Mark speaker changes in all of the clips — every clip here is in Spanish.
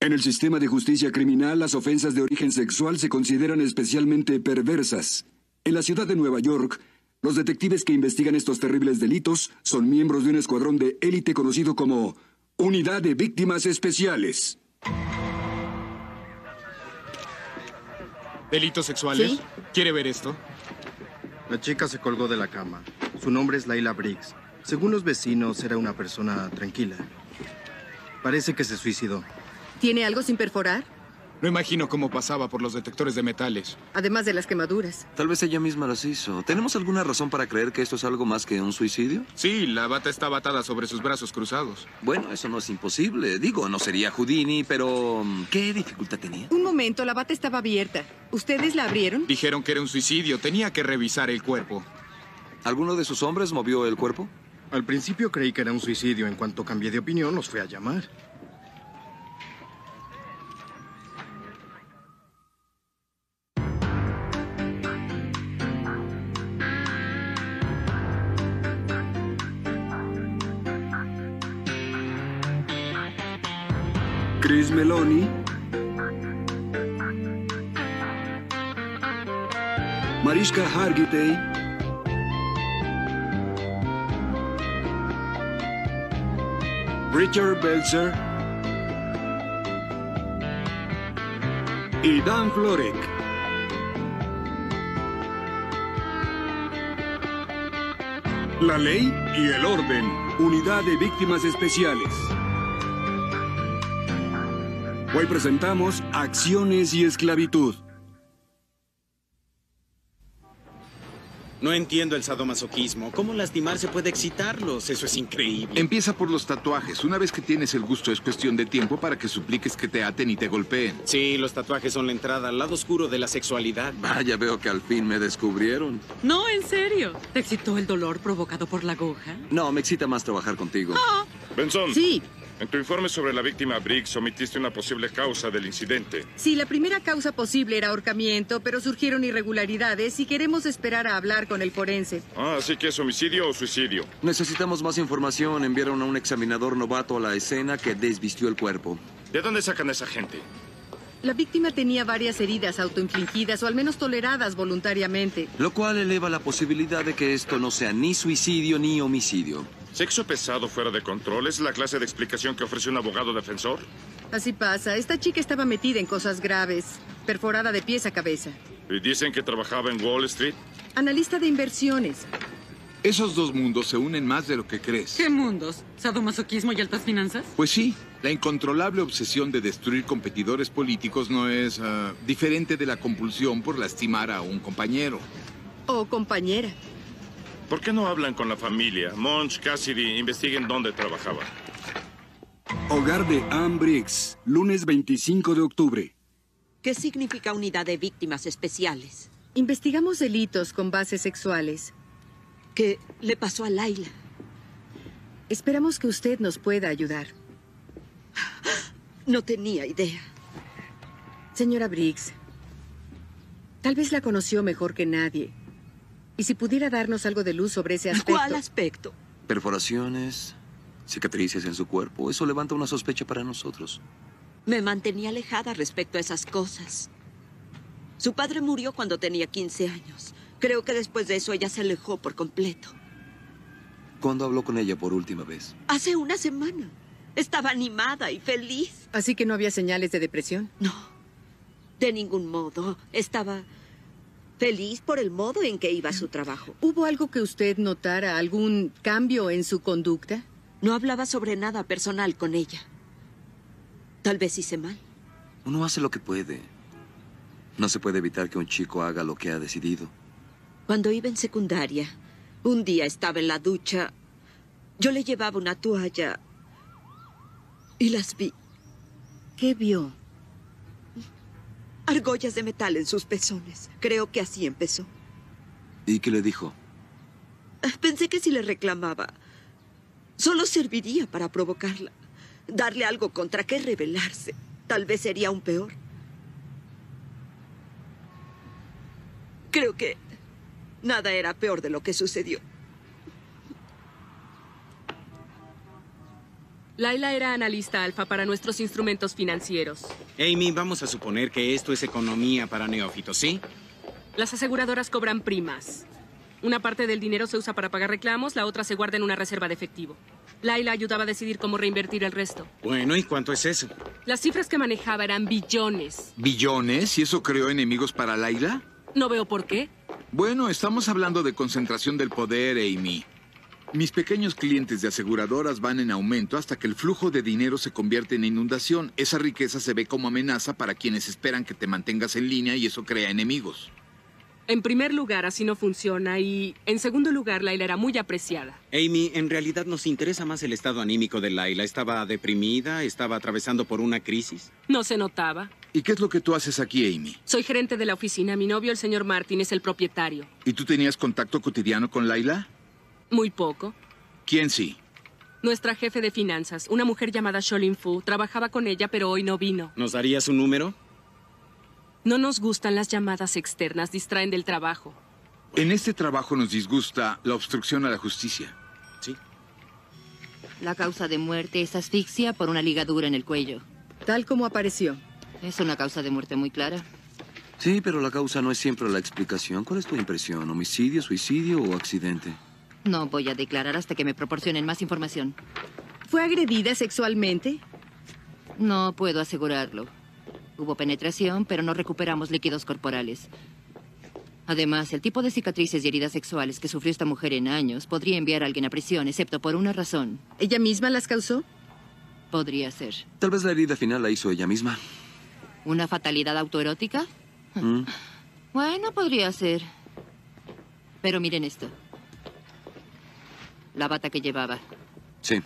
Speaker 1: En el sistema de justicia criminal, las ofensas de origen sexual se consideran especialmente perversas. En la ciudad de Nueva York, los detectives que investigan estos terribles delitos son miembros de un escuadrón de élite conocido como Unidad de Víctimas Especiales.
Speaker 2: ¿Delitos sexuales? ¿Quiere ver esto?
Speaker 3: La chica se colgó de la cama. Su nombre es Laila Briggs. Según los vecinos, era una persona tranquila. Parece que se suicidó.
Speaker 4: ¿Tiene algo sin perforar?
Speaker 2: No imagino cómo pasaba por los detectores de metales.
Speaker 4: Además de las quemaduras.
Speaker 5: Tal vez ella misma las hizo. ¿Tenemos alguna razón para creer que esto es algo más que un suicidio?
Speaker 2: Sí, la bata estaba atada sobre sus brazos cruzados.
Speaker 5: Bueno, eso no es imposible. Digo, no sería Houdini, pero mm, ¿qué dificultad tenía?
Speaker 4: Un momento, la bata estaba abierta. ¿Ustedes la abrieron?
Speaker 2: Dijeron que era un suicidio. Tenía que revisar el cuerpo.
Speaker 5: ¿Alguno de sus hombres movió el cuerpo?
Speaker 3: Al principio creí que era un suicidio. En cuanto cambié de opinión, los fue a llamar.
Speaker 1: Chris Meloni. Mariska Hargitay. Richard Belzer. Y Dan Florek. La ley y el orden. Unidad de Víctimas Especiales. Hoy presentamos Acciones y Esclavitud.
Speaker 6: No entiendo el sadomasoquismo. ¿Cómo lastimarse puede excitarlos? Eso es increíble.
Speaker 7: Empieza por los tatuajes. Una vez que tienes el gusto, es cuestión de tiempo para que supliques que te aten y te golpeen.
Speaker 6: Sí, los tatuajes son la entrada al lado oscuro de la sexualidad.
Speaker 5: Vaya, veo que al fin me descubrieron.
Speaker 8: No, en serio. ¿Te excitó el dolor provocado por la aguja?
Speaker 5: No, me excita más trabajar contigo.
Speaker 9: Ah,
Speaker 10: Benson,
Speaker 4: Sí,
Speaker 10: en tu informe sobre la víctima Briggs omitiste una posible causa del incidente.
Speaker 4: sí, la primera causa posible era ahorcamiento, pero surgieron irregularidades y queremos esperar a hablar con el forense.
Speaker 10: Ah, así que es homicidio o suicidio.
Speaker 5: Necesitamos más información. Enviaron a un examinador novato a la escena que desvistió el cuerpo.
Speaker 10: ¿De dónde sacan a esa gente?
Speaker 4: La víctima tenía varias heridas autoinfligidas o al menos toleradas voluntariamente.
Speaker 5: Lo cual eleva la posibilidad de que esto no sea ni suicidio ni homicidio.
Speaker 10: ¿Sexo pesado fuera de control es la clase de explicación que ofrece un abogado defensor?
Speaker 4: Así pasa, esta chica estaba metida en cosas graves, perforada de pies a cabeza.
Speaker 10: ¿Y dicen que trabajaba en Wall Street?
Speaker 4: Analista de inversiones.
Speaker 7: Esos dos mundos se unen más de lo que crees.
Speaker 8: ¿Qué mundos? ¿Sadomasoquismo y altas finanzas?
Speaker 7: Pues sí, la incontrolable obsesión de destruir competidores políticos no es ah, diferente de la compulsión por lastimar a un compañero.
Speaker 4: O compañera.
Speaker 10: ¿Por qué no hablan con la familia? Monch, Cassidy, investiguen dónde trabajaba.
Speaker 1: Hogar de Ann Briggs, lunes 25 de octubre.
Speaker 11: ¿Qué significa unidad de víctimas especiales?
Speaker 4: Investigamos delitos con bases sexuales.
Speaker 11: ¿Qué le pasó a Laila?
Speaker 4: Esperamos que usted nos pueda ayudar.
Speaker 11: No tenía idea.
Speaker 4: Señora Briggs, tal vez la conoció mejor que nadie. Y si pudiera darnos algo de luz sobre ese aspecto.
Speaker 11: ¿Cuál aspecto?
Speaker 5: Perforaciones, cicatrices en su cuerpo. Eso levanta una sospecha para nosotros.
Speaker 11: Me mantenía alejada respecto a esas cosas. Su padre murió cuando tenía 15 años. Creo que después de eso ella se alejó por completo.
Speaker 5: ¿Cuándo habló con ella por última vez?
Speaker 11: Hace una semana. Estaba animada y feliz.
Speaker 4: Así que no había señales de depresión.
Speaker 11: No, de ningún modo. Estaba feliz por el modo en que iba a su trabajo.
Speaker 4: ¿Hubo algo que usted notara, algún cambio en su conducta?
Speaker 11: No hablaba sobre nada personal con ella. Tal vez hice mal.
Speaker 5: Uno hace lo que puede. No se puede evitar que un chico haga lo que ha decidido.
Speaker 11: Cuando iba en secundaria, un día estaba en la ducha. Yo le llevaba una toalla y las vi.
Speaker 4: ¿Qué vio?
Speaker 11: Argollas de metal en sus pezones. Creo que así empezó. Ah,
Speaker 5: ¿Y qué le dijo?
Speaker 11: Pensé que si le reclamaba, solo serviría para provocarla. Darle algo contra qué rebelarse. Tal vez sería aún peor. Creo que nada era peor de lo que sucedió.
Speaker 8: Laila era analista alfa para nuestros instrumentos financieros.
Speaker 6: Amy, vamos a suponer que esto es economía para neófitos, ¿sí?
Speaker 8: Las aseguradoras cobran primas. Una parte del dinero se usa para pagar reclamos, la otra se guarda en una reserva de efectivo. Laila ayudaba a decidir cómo reinvertir el resto.
Speaker 6: Bueno, ¿y cuánto es eso?
Speaker 8: Las cifras que manejaba eran billones.
Speaker 7: ¿Billones? ¿Y eso creó enemigos para Laila?
Speaker 8: No veo por qué.
Speaker 7: Bueno, estamos hablando de concentración del poder, Amy. Mis pequeños clientes de aseguradoras van en aumento hasta que el flujo de dinero se convierte en inundación. Esa riqueza se ve como amenaza para quienes esperan que te mantengas en línea y eso crea enemigos.
Speaker 8: En primer lugar, así no funciona y en segundo lugar, Laila era muy apreciada.
Speaker 6: Amy, en realidad nos interesa más el estado anímico de Laila. ¿Estaba deprimida? ¿Estaba atravesando por una crisis?
Speaker 8: No se notaba.
Speaker 7: ¿Y qué es lo que tú haces aquí, Amy?
Speaker 8: Soy gerente de la oficina. Mi novio, el señor Martin, es el propietario.
Speaker 7: ¿Y tú tenías contacto cotidiano con Laila?
Speaker 8: Muy poco.
Speaker 7: ¿Quién sí?
Speaker 8: Nuestra jefe de finanzas, una mujer llamada Sholin Fu, trabajaba con ella, pero hoy no vino.
Speaker 6: ¿Nos darías un número?
Speaker 8: No nos gustan las llamadas externas, distraen del trabajo.
Speaker 7: En este trabajo nos disgusta la obstrucción a la justicia.
Speaker 6: Sí.
Speaker 12: La causa de muerte es asfixia por una ligadura en el cuello.
Speaker 4: Tal como apareció.
Speaker 12: Es una causa de muerte muy clara.
Speaker 5: Sí, pero la causa no es siempre la explicación. ¿Cuál es tu impresión? ¿Homicidio, suicidio o accidente?
Speaker 12: No voy a declarar hasta que me proporcionen más información.
Speaker 4: ¿Fue agredida sexualmente?
Speaker 12: No puedo asegurarlo. Hubo penetración, pero no recuperamos líquidos corporales. Además, el tipo de cicatrices y heridas sexuales que sufrió esta mujer en años podría enviar a alguien a prisión, excepto por una razón.
Speaker 4: ¿Ella misma las causó?
Speaker 12: Podría ser.
Speaker 5: Tal vez la herida final la hizo ella misma.
Speaker 12: ¿Una fatalidad autoerótica?
Speaker 5: Mm.
Speaker 12: Bueno, podría ser. Pero miren esto. La bata que llevaba.
Speaker 5: Sí.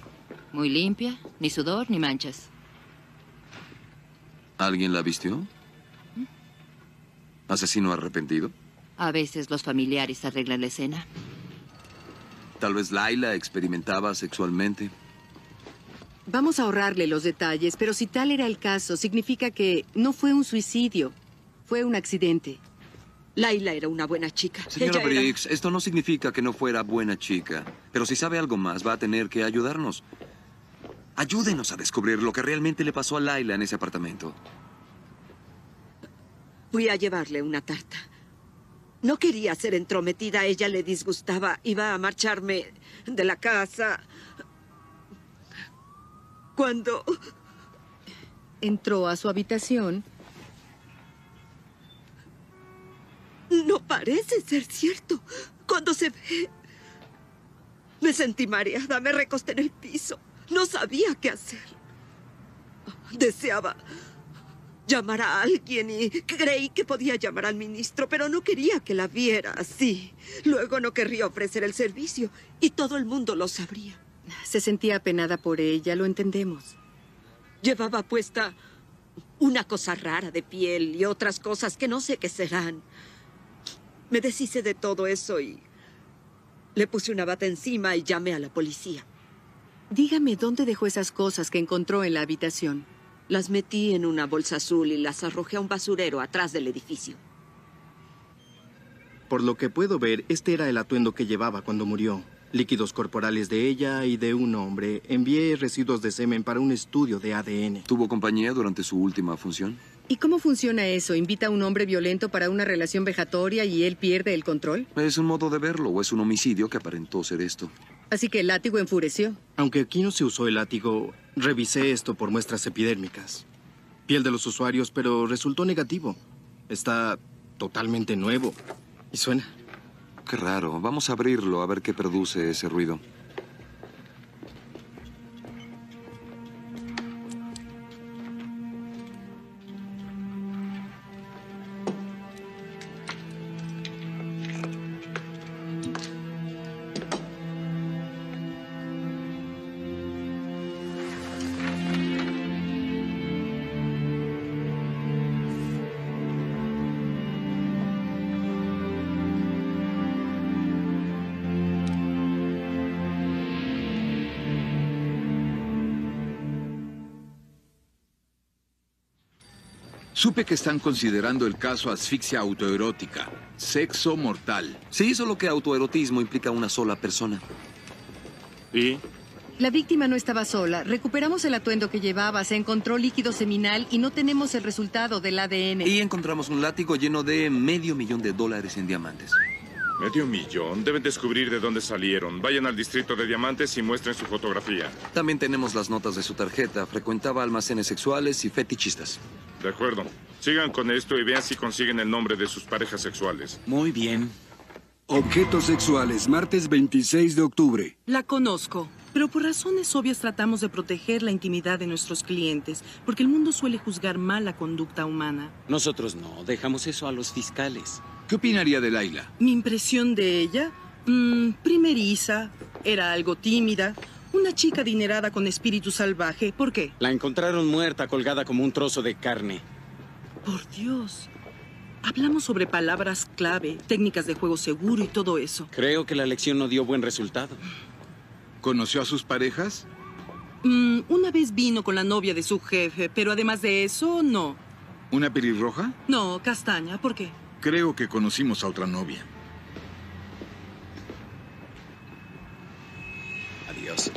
Speaker 12: Muy limpia, ni sudor, ni manchas.
Speaker 5: ¿Alguien la vistió? ¿Asesino arrepentido?
Speaker 12: A veces los familiares arreglan la escena.
Speaker 5: Tal vez Laila experimentaba sexualmente.
Speaker 4: Vamos a ahorrarle los detalles, pero si tal era el caso, significa que no fue un suicidio, fue un accidente.
Speaker 11: Laila era una buena chica.
Speaker 5: Señora
Speaker 11: Ella era-
Speaker 5: Briggs, esto no significa que no fuera buena chica, pero si sabe algo más va a tener que ayudarnos. Ayúdenos a descubrir lo que realmente le pasó a Laila en ese apartamento.
Speaker 11: Fui a llevarle una tarta. No quería ser entrometida, ella le disgustaba. Iba a marcharme de la casa. Cuando...
Speaker 4: Entró a su habitación.
Speaker 11: No parece ser cierto. Cuando se ve... Me sentí mareada, me recosté en el piso. No sabía qué hacer. Deseaba llamar a alguien y creí que podía llamar al ministro, pero no quería que la viera así. Luego no querría ofrecer el servicio y todo el mundo lo sabría.
Speaker 4: Se sentía apenada por ella, lo entendemos.
Speaker 11: Llevaba puesta una cosa rara de piel y otras cosas que no sé qué serán. Me deshice de todo eso y le puse una bata encima y llamé a la policía.
Speaker 4: Dígame dónde dejó esas cosas que encontró en la habitación.
Speaker 11: Las metí en una bolsa azul y las arrojé a un basurero atrás del edificio.
Speaker 3: Por lo que puedo ver, este era el atuendo que llevaba cuando murió. Líquidos corporales de ella y de un hombre. Envié residuos de semen para un estudio de ADN.
Speaker 5: ¿Tuvo compañía durante su última función?
Speaker 4: ¿Y cómo funciona eso? ¿Invita a un hombre violento para una relación vejatoria y él pierde el control?
Speaker 5: Es un modo de verlo o es un homicidio que aparentó ser esto.
Speaker 4: Así que el látigo enfureció.
Speaker 3: Aunque aquí no se usó el látigo, revisé esto por muestras epidérmicas. Piel de los usuarios, pero resultó negativo. Está totalmente nuevo. ¿Y suena?
Speaker 5: Qué raro. Vamos a abrirlo a ver qué produce ese ruido.
Speaker 7: Supe que están considerando el caso asfixia autoerótica, sexo mortal.
Speaker 5: Sí, solo que autoerotismo implica una sola persona.
Speaker 10: ¿Y?
Speaker 13: La víctima no estaba sola. Recuperamos el atuendo que llevaba, se encontró líquido seminal y no tenemos el resultado del ADN.
Speaker 5: Y encontramos un látigo lleno de medio millón de dólares en diamantes.
Speaker 10: Medio millón. Deben descubrir de dónde salieron. Vayan al distrito de diamantes y muestren su fotografía.
Speaker 5: También tenemos las notas de su tarjeta. Frecuentaba almacenes sexuales y fetichistas.
Speaker 10: De acuerdo. Sigan con esto y vean si consiguen el nombre de sus parejas sexuales.
Speaker 1: Muy bien. Objetos sexuales, martes 26 de octubre.
Speaker 14: La conozco, pero por razones obvias tratamos de proteger la intimidad de nuestros clientes, porque el mundo suele juzgar mal la conducta humana.
Speaker 6: Nosotros no, dejamos eso a los fiscales.
Speaker 15: ¿Qué opinaría de Laila?
Speaker 14: Mi impresión de ella, mm, primeriza, era algo tímida, una chica adinerada con espíritu salvaje. ¿Por qué?
Speaker 6: La encontraron muerta colgada como un trozo de carne.
Speaker 14: Por Dios. Hablamos sobre palabras clave, técnicas de juego seguro y todo eso.
Speaker 6: Creo que la elección no dio buen resultado.
Speaker 15: ¿Conoció a sus parejas?
Speaker 14: Mm, una vez vino con la novia de su jefe, pero además de eso, no.
Speaker 15: ¿Una pelirroja?
Speaker 14: No, castaña. ¿Por qué?
Speaker 15: Creo que conocimos a otra novia.
Speaker 5: Adiós.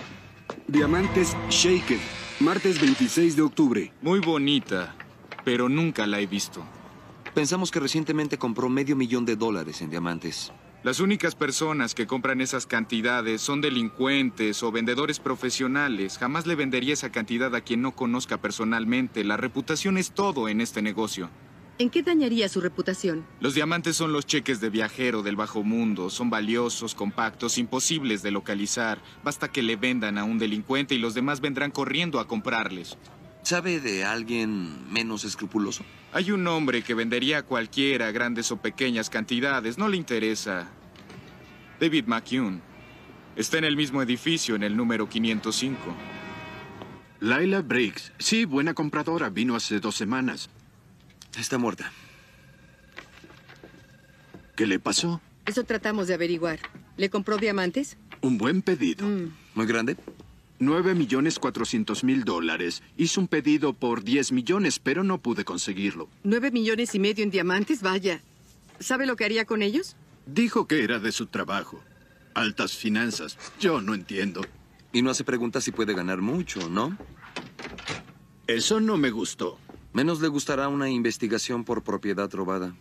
Speaker 1: Diamantes Shaken, martes 26 de octubre.
Speaker 7: Muy bonita, pero nunca la he visto.
Speaker 5: Pensamos que recientemente compró medio millón de dólares en diamantes.
Speaker 7: Las únicas personas que compran esas cantidades son delincuentes o vendedores profesionales. Jamás le vendería esa cantidad a quien no conozca personalmente. La reputación es todo en este negocio.
Speaker 4: ¿En qué dañaría su reputación?
Speaker 7: Los diamantes son los cheques de viajero del bajo mundo. Son valiosos, compactos, imposibles de localizar. Basta que le vendan a un delincuente y los demás vendrán corriendo a comprarles.
Speaker 5: ¿Sabe de alguien menos escrupuloso?
Speaker 7: Hay un hombre que vendería a cualquiera grandes o pequeñas cantidades. No le interesa. David McCune. Está en el mismo edificio, en el número 505.
Speaker 16: Laila Briggs. Sí, buena compradora. Vino hace dos semanas.
Speaker 5: Está muerta.
Speaker 16: ¿Qué le pasó?
Speaker 4: Eso tratamos de averiguar. ¿Le compró diamantes?
Speaker 16: Un buen pedido.
Speaker 5: ¿Muy grande?
Speaker 16: 9 millones 400 mil dólares. Hice un pedido por 10 millones, pero no pude conseguirlo.
Speaker 13: ¿Nueve millones y medio en diamantes? Vaya. ¿Sabe lo que haría con ellos?
Speaker 16: Dijo que era de su trabajo. Altas finanzas. Yo no entiendo.
Speaker 5: Y no hace preguntas si puede ganar mucho, ¿no?
Speaker 16: Eso no me gustó.
Speaker 5: Menos le gustará una investigación por propiedad robada.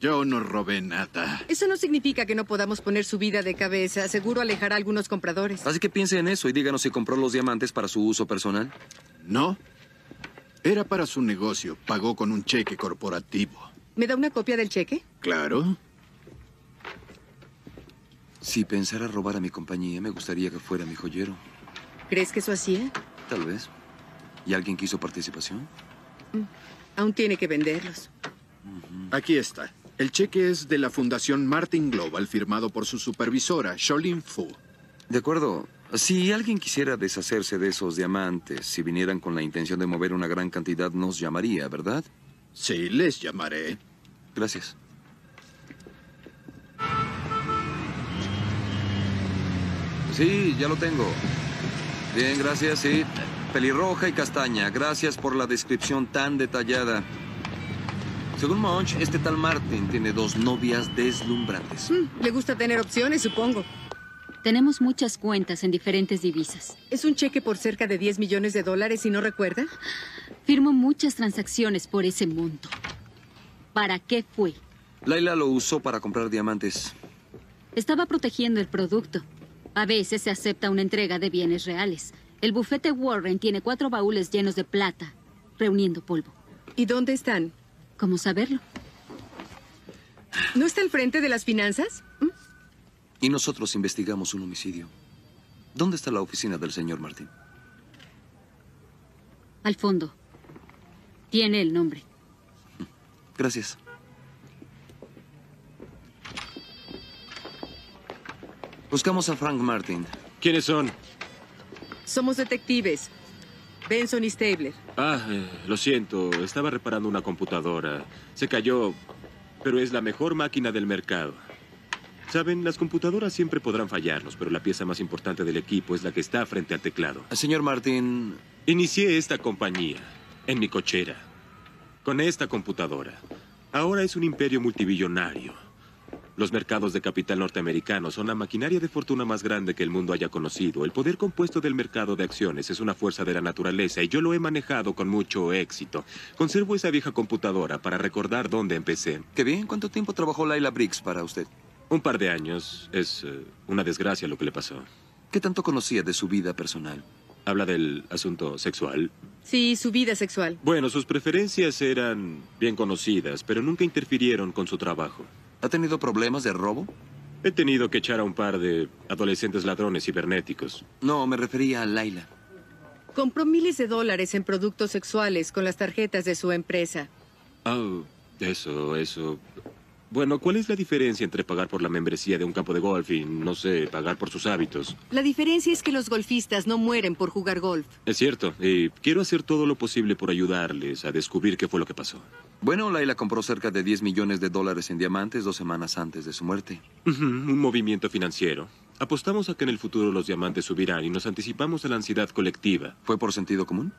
Speaker 16: Yo no robé nada.
Speaker 4: Eso no significa que no podamos poner su vida de cabeza. Seguro alejará a algunos compradores.
Speaker 5: Así que piense en eso y díganos si compró los diamantes para su uso personal.
Speaker 16: No. Era para su negocio. Pagó con un cheque corporativo.
Speaker 4: ¿Me da una copia del cheque?
Speaker 16: Claro.
Speaker 5: Si pensara robar a mi compañía, me gustaría que fuera mi joyero.
Speaker 4: ¿Crees que eso hacía?
Speaker 5: Tal vez. ¿Y alguien quiso participación?
Speaker 4: Aún tiene que venderlos.
Speaker 16: Aquí está. El cheque es de la Fundación Martin Global, firmado por su supervisora, Sholin Fu.
Speaker 5: De acuerdo. Si alguien quisiera deshacerse de esos diamantes, si vinieran con la intención de mover una gran cantidad, nos llamaría, ¿verdad?
Speaker 16: Sí, les llamaré.
Speaker 5: Gracias. Sí, ya lo tengo. Bien, gracias, sí. Pelirroja y castaña, gracias por la descripción tan detallada. Según Monch, este tal Martin tiene dos novias deslumbrantes.
Speaker 4: Mm, le gusta tener opciones, supongo.
Speaker 17: Tenemos muchas cuentas en diferentes divisas.
Speaker 4: ¿Es un cheque por cerca de 10 millones de dólares si no recuerda?
Speaker 17: Firmo muchas transacciones por ese monto. ¿Para qué fue?
Speaker 5: Laila lo usó para comprar diamantes.
Speaker 17: Estaba protegiendo el producto. A veces se acepta una entrega de bienes reales. El bufete Warren tiene cuatro baúles llenos de plata, reuniendo polvo.
Speaker 4: ¿Y dónde están?
Speaker 17: ¿Cómo saberlo?
Speaker 4: ¿No está al frente de las finanzas?
Speaker 5: Y nosotros investigamos un homicidio. ¿Dónde está la oficina del señor Martín?
Speaker 17: Al fondo. Tiene el nombre.
Speaker 5: Gracias. Buscamos a Frank Martin.
Speaker 18: ¿Quiénes son?
Speaker 4: Somos detectives. Benson y Stabler.
Speaker 18: Ah, eh, lo siento. Estaba reparando una computadora. Se cayó, pero es la mejor máquina del mercado. Saben, las computadoras siempre podrán fallarnos, pero la pieza más importante del equipo es la que está frente al teclado.
Speaker 5: Señor Martin.
Speaker 18: Inicié esta compañía, en mi cochera, con esta computadora. Ahora es un imperio multibillonario. Los mercados de capital norteamericano son la maquinaria de fortuna más grande que el mundo haya conocido. El poder compuesto del mercado de acciones es una fuerza de la naturaleza y yo lo he manejado con mucho éxito. Conservo esa vieja computadora para recordar dónde empecé.
Speaker 5: Qué bien, ¿cuánto tiempo trabajó Laila Briggs para usted?
Speaker 18: Un par de años. Es eh, una desgracia lo que le pasó.
Speaker 5: ¿Qué tanto conocía de su vida personal?
Speaker 18: Habla del asunto sexual.
Speaker 4: Sí, su vida sexual.
Speaker 18: Bueno, sus preferencias eran bien conocidas, pero nunca interfirieron con su trabajo.
Speaker 5: ¿Ha tenido problemas de robo?
Speaker 18: He tenido que echar a un par de adolescentes ladrones cibernéticos.
Speaker 5: No, me refería a Laila.
Speaker 4: Compró miles de dólares en productos sexuales con las tarjetas de su empresa.
Speaker 18: Oh, eso, eso. Bueno, ¿cuál es la diferencia entre pagar por la membresía de un campo de golf y, no sé, pagar por sus hábitos?
Speaker 19: La diferencia es que los golfistas no mueren por jugar golf.
Speaker 18: Es cierto, y quiero hacer todo lo posible por ayudarles a descubrir qué fue lo que pasó.
Speaker 5: Bueno, Laila compró cerca de 10 millones de dólares en diamantes dos semanas antes de su muerte.
Speaker 18: Ujú, Un movimiento financiero. Apostamos a que en el futuro los diamantes subirán y nos anticipamos a la ansiedad colectiva.
Speaker 5: ¿Fue por sentido común?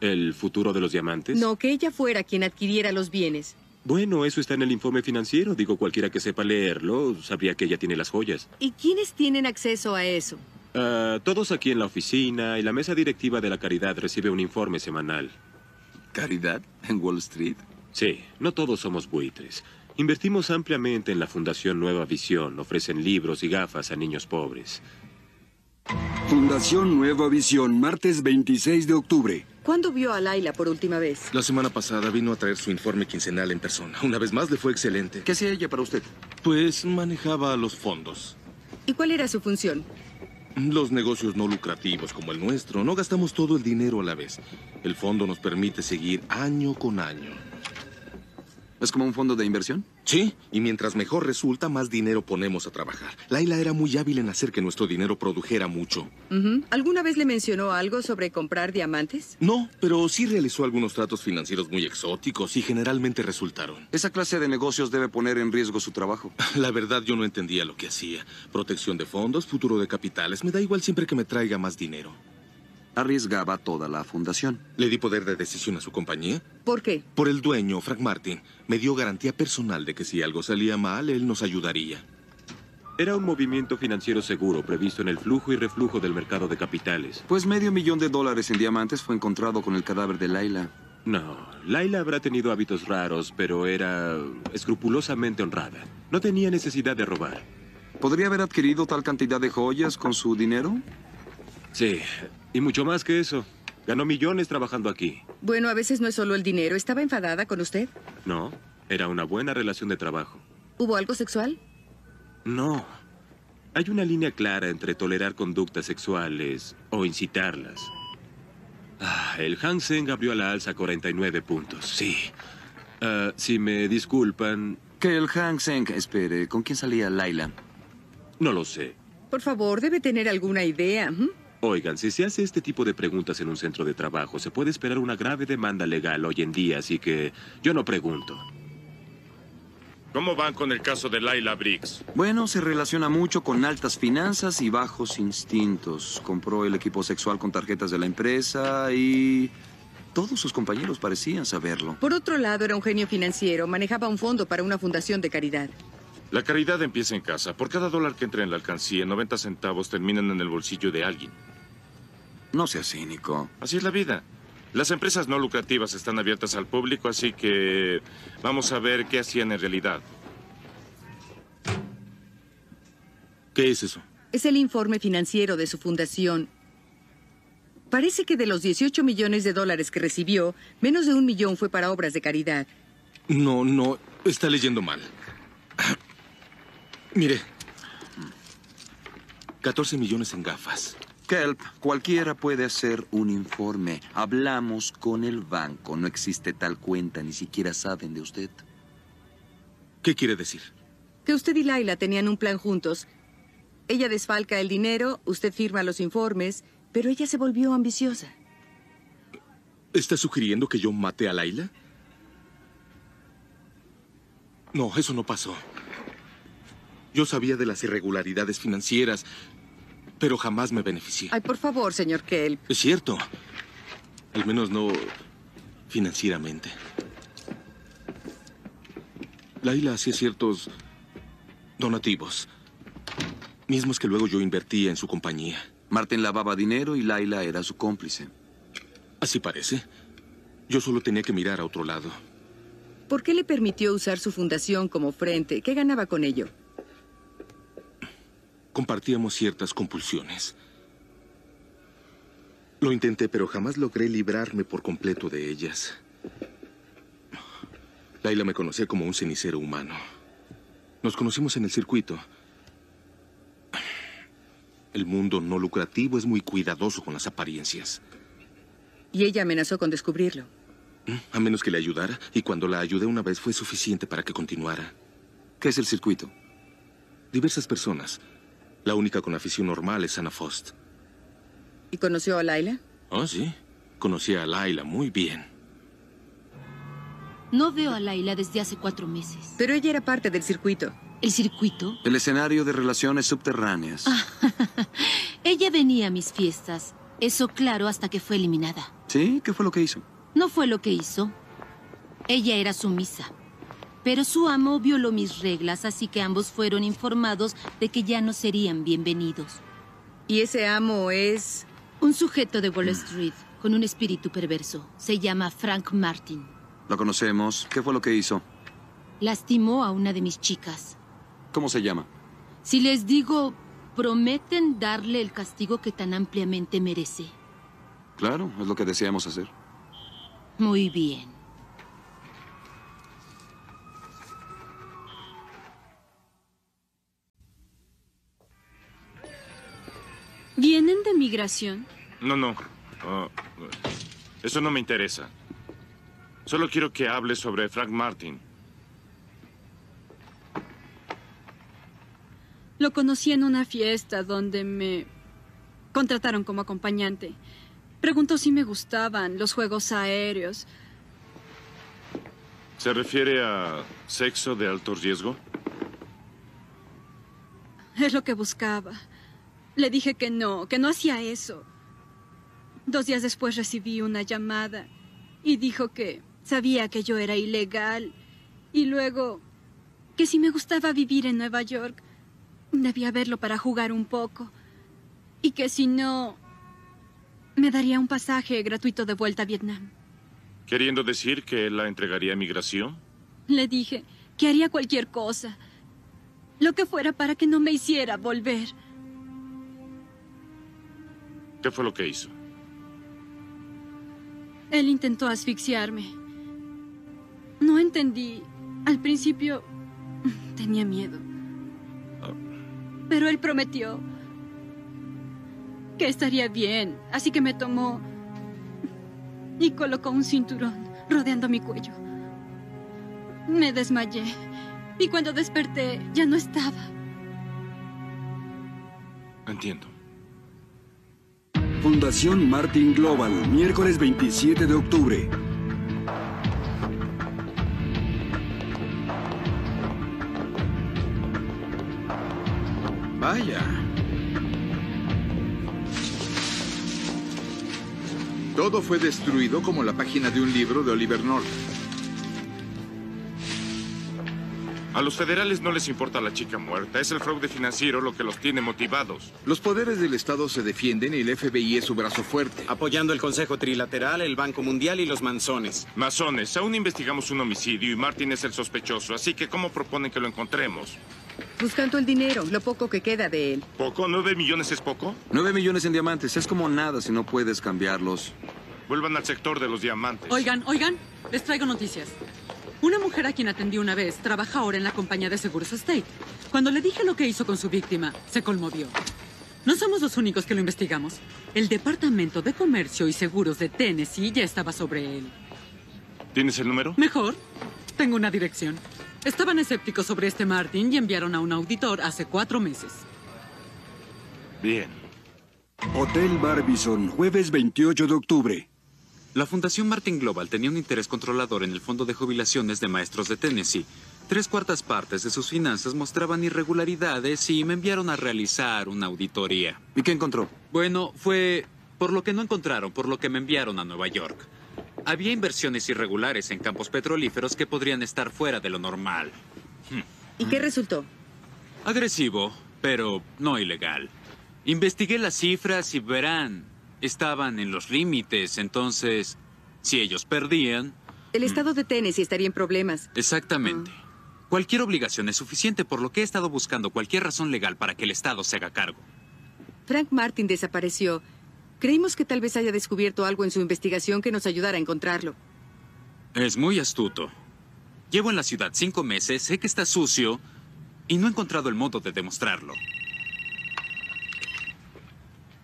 Speaker 18: ¿El futuro de los diamantes?
Speaker 4: No, que ella fuera quien adquiriera los bienes.
Speaker 18: Bueno, eso está en el informe financiero. Digo, cualquiera que sepa leerlo sabría que ella tiene las joyas.
Speaker 4: ¿Y quiénes tienen acceso a eso?
Speaker 18: Ah, todos aquí en la oficina y la mesa directiva de la caridad recibe un informe semanal.
Speaker 5: ¿Caridad? ¿En Wall Street?
Speaker 18: Sí, no todos somos buitres. Invertimos ampliamente en la Fundación Nueva Visión. Ofrecen libros y gafas a niños pobres.
Speaker 1: Fundación Nueva Visión, martes 26 de octubre.
Speaker 4: ¿Cuándo vio a Laila por última vez?
Speaker 20: La semana pasada vino a traer su informe quincenal en persona. Una vez más le fue excelente.
Speaker 5: ¿Qué hacía ella para usted?
Speaker 20: Pues manejaba los fondos.
Speaker 4: ¿Y cuál era su función?
Speaker 20: Los negocios no lucrativos como el nuestro, no gastamos todo el dinero a la vez. El fondo nos permite seguir año con año.
Speaker 5: ¿Es como un fondo de inversión?
Speaker 20: Sí, y mientras mejor resulta, más dinero ponemos a trabajar. Laila era muy hábil en hacer que nuestro dinero produjera mucho.
Speaker 4: Ujú. ¿Alguna vez le mencionó algo sobre comprar diamantes?
Speaker 20: No, pero sí realizó algunos tratos financieros muy exóticos y generalmente resultaron.
Speaker 5: Esa clase de negocios debe poner en riesgo su trabajo.
Speaker 20: La verdad yo no entendía lo que hacía. Protección de fondos, futuro de capitales, me da igual siempre que me traiga más dinero.
Speaker 5: Arriesgaba toda la fundación.
Speaker 20: Le di poder de decisión a su compañía.
Speaker 4: ¿Por qué?
Speaker 20: Por el dueño, Frank Martin, me dio garantía personal de que si algo salía mal, él nos ayudaría.
Speaker 18: Era un movimiento financiero seguro previsto en el flujo y reflujo del mercado de capitales.
Speaker 5: Pues medio millón de dólares en diamantes fue encontrado con el cadáver de Laila.
Speaker 18: No, Laila habrá tenido hábitos raros, pero era escrupulosamente honrada. No tenía necesidad de robar.
Speaker 5: ¿Podría haber adquirido tal cantidad de joyas con su dinero?
Speaker 18: Sí, y mucho más que eso. Ganó millones trabajando aquí.
Speaker 4: Bueno, a veces no es solo el dinero. ¿Estaba enfadada con usted?
Speaker 18: No, era una buena relación de trabajo.
Speaker 4: ¿Hubo algo sexual?
Speaker 18: No. Hay una línea clara entre tolerar conductas sexuales o incitarlas. Ah, el Hang Seng abrió a la alza 49 puntos, sí. Ah, si me disculpan,
Speaker 5: Que el Hang Seng, espere, ¿con quién salía Laila?
Speaker 18: no lo sé.
Speaker 4: Por favor, debe tener alguna idea. ¿m?
Speaker 18: Oigan, si se hace este tipo de preguntas en un centro de trabajo, se puede esperar una grave demanda legal hoy en día, así que yo no pregunto.
Speaker 10: ¿Cómo van con el caso de Laila Briggs?
Speaker 5: Bueno, se relaciona mucho con altas finanzas y bajos instintos. Compró el equipo sexual con tarjetas de la empresa y... Todos sus compañeros parecían saberlo.
Speaker 4: Por otro lado, era un genio financiero. Manejaba un fondo para una fundación de caridad.
Speaker 10: La caridad empieza en casa. Por cada dólar que entra en la alcancía, 90 centavos terminan en el bolsillo de alguien.
Speaker 5: No sea cínico.
Speaker 10: Así es la vida. Las empresas no lucrativas están abiertas al público, así que vamos a ver qué hacían en realidad.
Speaker 20: ¿Qué es eso?
Speaker 4: Es el informe financiero de su fundación. Parece que de los 18 millones de dólares que recibió, menos de un millón fue para obras de caridad.
Speaker 20: No, no, está leyendo mal. Mire, 14 millones en gafas.
Speaker 5: Kelp, cualquiera puede hacer un informe. Hablamos con el banco. No existe tal cuenta, ni siquiera saben de usted.
Speaker 20: ¿Qué quiere decir?
Speaker 4: Que usted y Laila tenían un plan juntos. Ella desfalca el dinero, usted firma los informes, pero ella se volvió ambiciosa.
Speaker 20: ¿Está sugiriendo que yo mate a Laila? No, eso no pasó. Yo sabía de las irregularidades financieras, pero jamás me beneficié.
Speaker 4: Ay, por favor, señor Kelp.
Speaker 20: Es cierto. Al menos no financieramente. Laila hacía ciertos Donativos. Mismos que luego yo invertía en su compañía.
Speaker 5: Martin lavaba dinero y Laila era su cómplice.
Speaker 20: Así parece. Yo solo tenía que mirar a otro lado.
Speaker 21: ¿Por qué le permitió usar su fundación como frente? ¿Qué ganaba con ello?
Speaker 20: Compartíamos ciertas compulsiones. Lo intenté, pero jamás logré librarme por completo de ellas. Laila me conocía como un cenicero humano. Nos conocimos en el circuito. El mundo no lucrativo es muy cuidadoso con las apariencias.
Speaker 4: Y ella amenazó con descubrirlo.
Speaker 20: A menos que le ayudara, y cuando la ayudé una vez fue suficiente para que continuara.
Speaker 5: ¿Qué es el circuito?
Speaker 20: Diversas personas. La única con afición normal es Anna Fost.
Speaker 4: ¿Y conoció a Laila?
Speaker 20: Oh, sí. Conocí a Laila muy bien.
Speaker 22: No veo a Laila desde hace cuatro meses.
Speaker 4: Pero ella era parte del circuito.
Speaker 22: ¿El circuito?
Speaker 5: El escenario de relaciones subterráneas.
Speaker 22: Ella venía a mis fiestas. Eso claro hasta que fue eliminada.
Speaker 5: ¿Sí? ¿Qué fue lo que hizo?
Speaker 22: No fue lo que hizo. Ella era sumisa. Pero su amo violó mis reglas, así que ambos fueron informados de que ya no serían bienvenidos.
Speaker 4: ¿Y ese amo es...?
Speaker 22: Un sujeto de Wall Street, con un espíritu perverso. Se llama Frank Martin.
Speaker 5: Lo conocemos. ¿Qué fue lo que hizo?
Speaker 22: Lastimó a una de mis chicas.
Speaker 5: ¿Cómo se llama?
Speaker 22: Si les digo, prometen darle el castigo que tan ampliamente merece.
Speaker 5: Claro, es lo que deseamos hacer.
Speaker 22: Muy bien.
Speaker 23: ¿Vienen de migración?
Speaker 10: No, no. Ah, eso no me interesa. Solo quiero que hables sobre Frank Martin.
Speaker 23: Lo conocí en una fiesta donde me contrataron como acompañante. Preguntó si me gustaban los juegos aéreos.
Speaker 10: ¿Se refiere a sexo de alto riesgo?
Speaker 23: Es lo que buscaba. Le dije que no, que no hacía eso. Dos días después recibí una llamada y dijo que sabía que yo era ilegal y luego que si me gustaba vivir en Nueva York, debía verlo para jugar un poco y que si no, me daría un pasaje gratuito de vuelta a Vietnam.
Speaker 10: ¿Queriendo decir que la entregaría a migración?
Speaker 23: Le dije que haría cualquier cosa, lo que fuera para que no me hiciera volver.
Speaker 10: ¿Qué fue lo que hizo?
Speaker 23: Él intentó asfixiarme. No entendí. Al principio tenía miedo. Pero él prometió que estaría bien, así que me tomó y colocó un cinturón rodeando mi cuello. Me desmayé y cuando desperté ya no estaba.
Speaker 10: Entiendo.
Speaker 1: Fundación Martin Global, miércoles 27 de octubre.
Speaker 5: Vaya.
Speaker 7: Todo fue destruido como la página de un libro de Oliver North.
Speaker 10: A los federales no les importa la chica muerta. Es el fraude financiero lo que los tiene motivados.
Speaker 7: Los poderes del Estado se defienden y el FBI es su brazo fuerte.
Speaker 6: Apoyando el Consejo Trilateral, el Banco Mundial y los manzones.
Speaker 10: Masones, aún investigamos un homicidio y Martin es el sospechoso, así que ¿cómo proponen que lo encontremos?
Speaker 4: Buscando el dinero, lo poco que queda de él.
Speaker 10: ¿Poco? ¿Nueve millones es poco?
Speaker 5: Nueve millones en diamantes es como nada si no puedes cambiarlos.
Speaker 10: Vuelvan al sector de los diamantes.
Speaker 9: Oigan, oigan, les traigo noticias. Una mujer a quien atendí una vez trabaja ahora en la compañía de seguros State. Cuando le dije lo que hizo con su víctima, se conmovió. No somos los únicos que lo investigamos. El Departamento de Comercio y Seguros de Tennessee ya estaba sobre él.
Speaker 10: ¿Tienes el número?
Speaker 9: Mejor. Tengo una dirección. Estaban escépticos sobre este Martin y enviaron a un auditor hace cuatro meses.
Speaker 10: Bien.
Speaker 1: Hotel Barbizon, jueves 28 de octubre.
Speaker 24: La Fundación Martin Global tenía un interés controlador en el Fondo de Jubilaciones de Maestros de Tennessee. Tres cuartas partes de sus finanzas mostraban irregularidades y me enviaron a realizar una auditoría.
Speaker 5: ¿Y qué encontró?
Speaker 24: Bueno, fue por lo que no encontraron, por lo que me enviaron a Nueva York. Había inversiones irregulares en campos petrolíferos que podrían estar fuera de lo normal.
Speaker 4: ¿Y qué resultó?
Speaker 24: Agresivo, pero no ilegal. Investigué las cifras y verán, estaban en los límites, entonces, si ellos perdían,
Speaker 4: El estado de Tennessee estaría en problemas.
Speaker 24: Exactamente. Cualquier obligación es suficiente, por lo que he estado buscando cualquier razón legal para que el Estado se haga cargo.
Speaker 4: Frank Martin desapareció. Creímos que tal vez haya descubierto algo en su investigación que nos ayudara a encontrarlo.
Speaker 24: Es muy astuto. Llevo en la ciudad cinco meses, sé que está sucio y no he encontrado el modo de demostrarlo.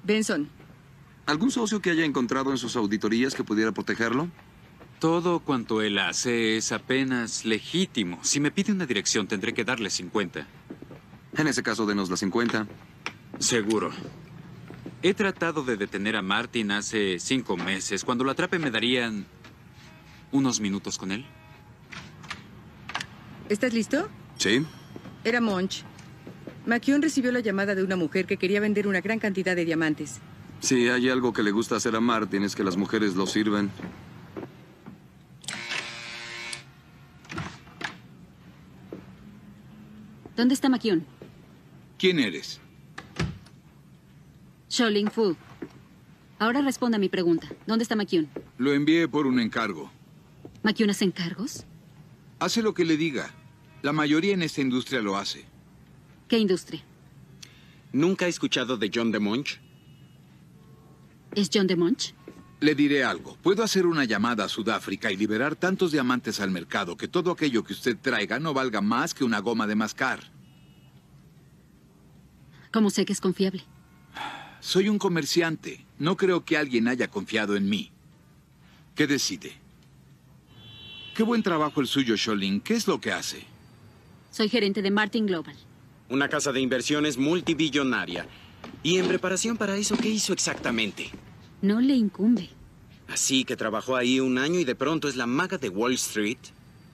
Speaker 4: Benson,
Speaker 5: ¿Algún socio que haya encontrado en sus auditorías que pudiera protegerlo?
Speaker 24: Todo cuanto él hace es apenas legítimo. Si me pide una dirección, tendré que darle 50.
Speaker 5: En ese caso, denos la 50.
Speaker 24: Seguro. He tratado de detener a Martin hace cinco meses. Cuando lo atrape, me darían unos minutos con él.
Speaker 4: ¿estás listo?
Speaker 5: Sí.
Speaker 4: Era Monch. McKeon recibió la llamada de una mujer que quería vender una gran cantidad de diamantes.
Speaker 5: Si hay algo que le gusta hacer a Martin es que las mujeres lo sirven.
Speaker 22: ¿Dónde está Maquión?
Speaker 7: ¿Quién eres?
Speaker 22: Sholing Fu. Ahora responda a mi pregunta. ¿Dónde está Maquión?
Speaker 7: Lo envié por un encargo.
Speaker 22: ¿Maquión hace encargos?
Speaker 7: Hace lo que le diga. La mayoría en esta industria lo hace.
Speaker 22: ¿Qué industria?
Speaker 6: ¿Nunca he escuchado de John DeMonch?
Speaker 22: ¿Es John DeMonch?
Speaker 7: Le diré algo. Puedo hacer una llamada a Sudáfrica y liberar tantos diamantes al mercado que todo aquello que usted traiga no valga más que una goma de mascar.
Speaker 22: ¿Cómo sé que es confiable?
Speaker 7: Soy un comerciante. No creo que alguien haya confiado en mí. ¿Qué decide? Qué buen trabajo el suyo, Sholin. ¿Qué es lo que hace?
Speaker 22: Soy gerente de Martin Global.
Speaker 6: Una casa de inversiones multibillonaria. ¿Y en preparación para eso qué hizo exactamente?
Speaker 22: No le incumbe.
Speaker 6: Así que trabajó ahí un año y de pronto es la maga de Wall Street.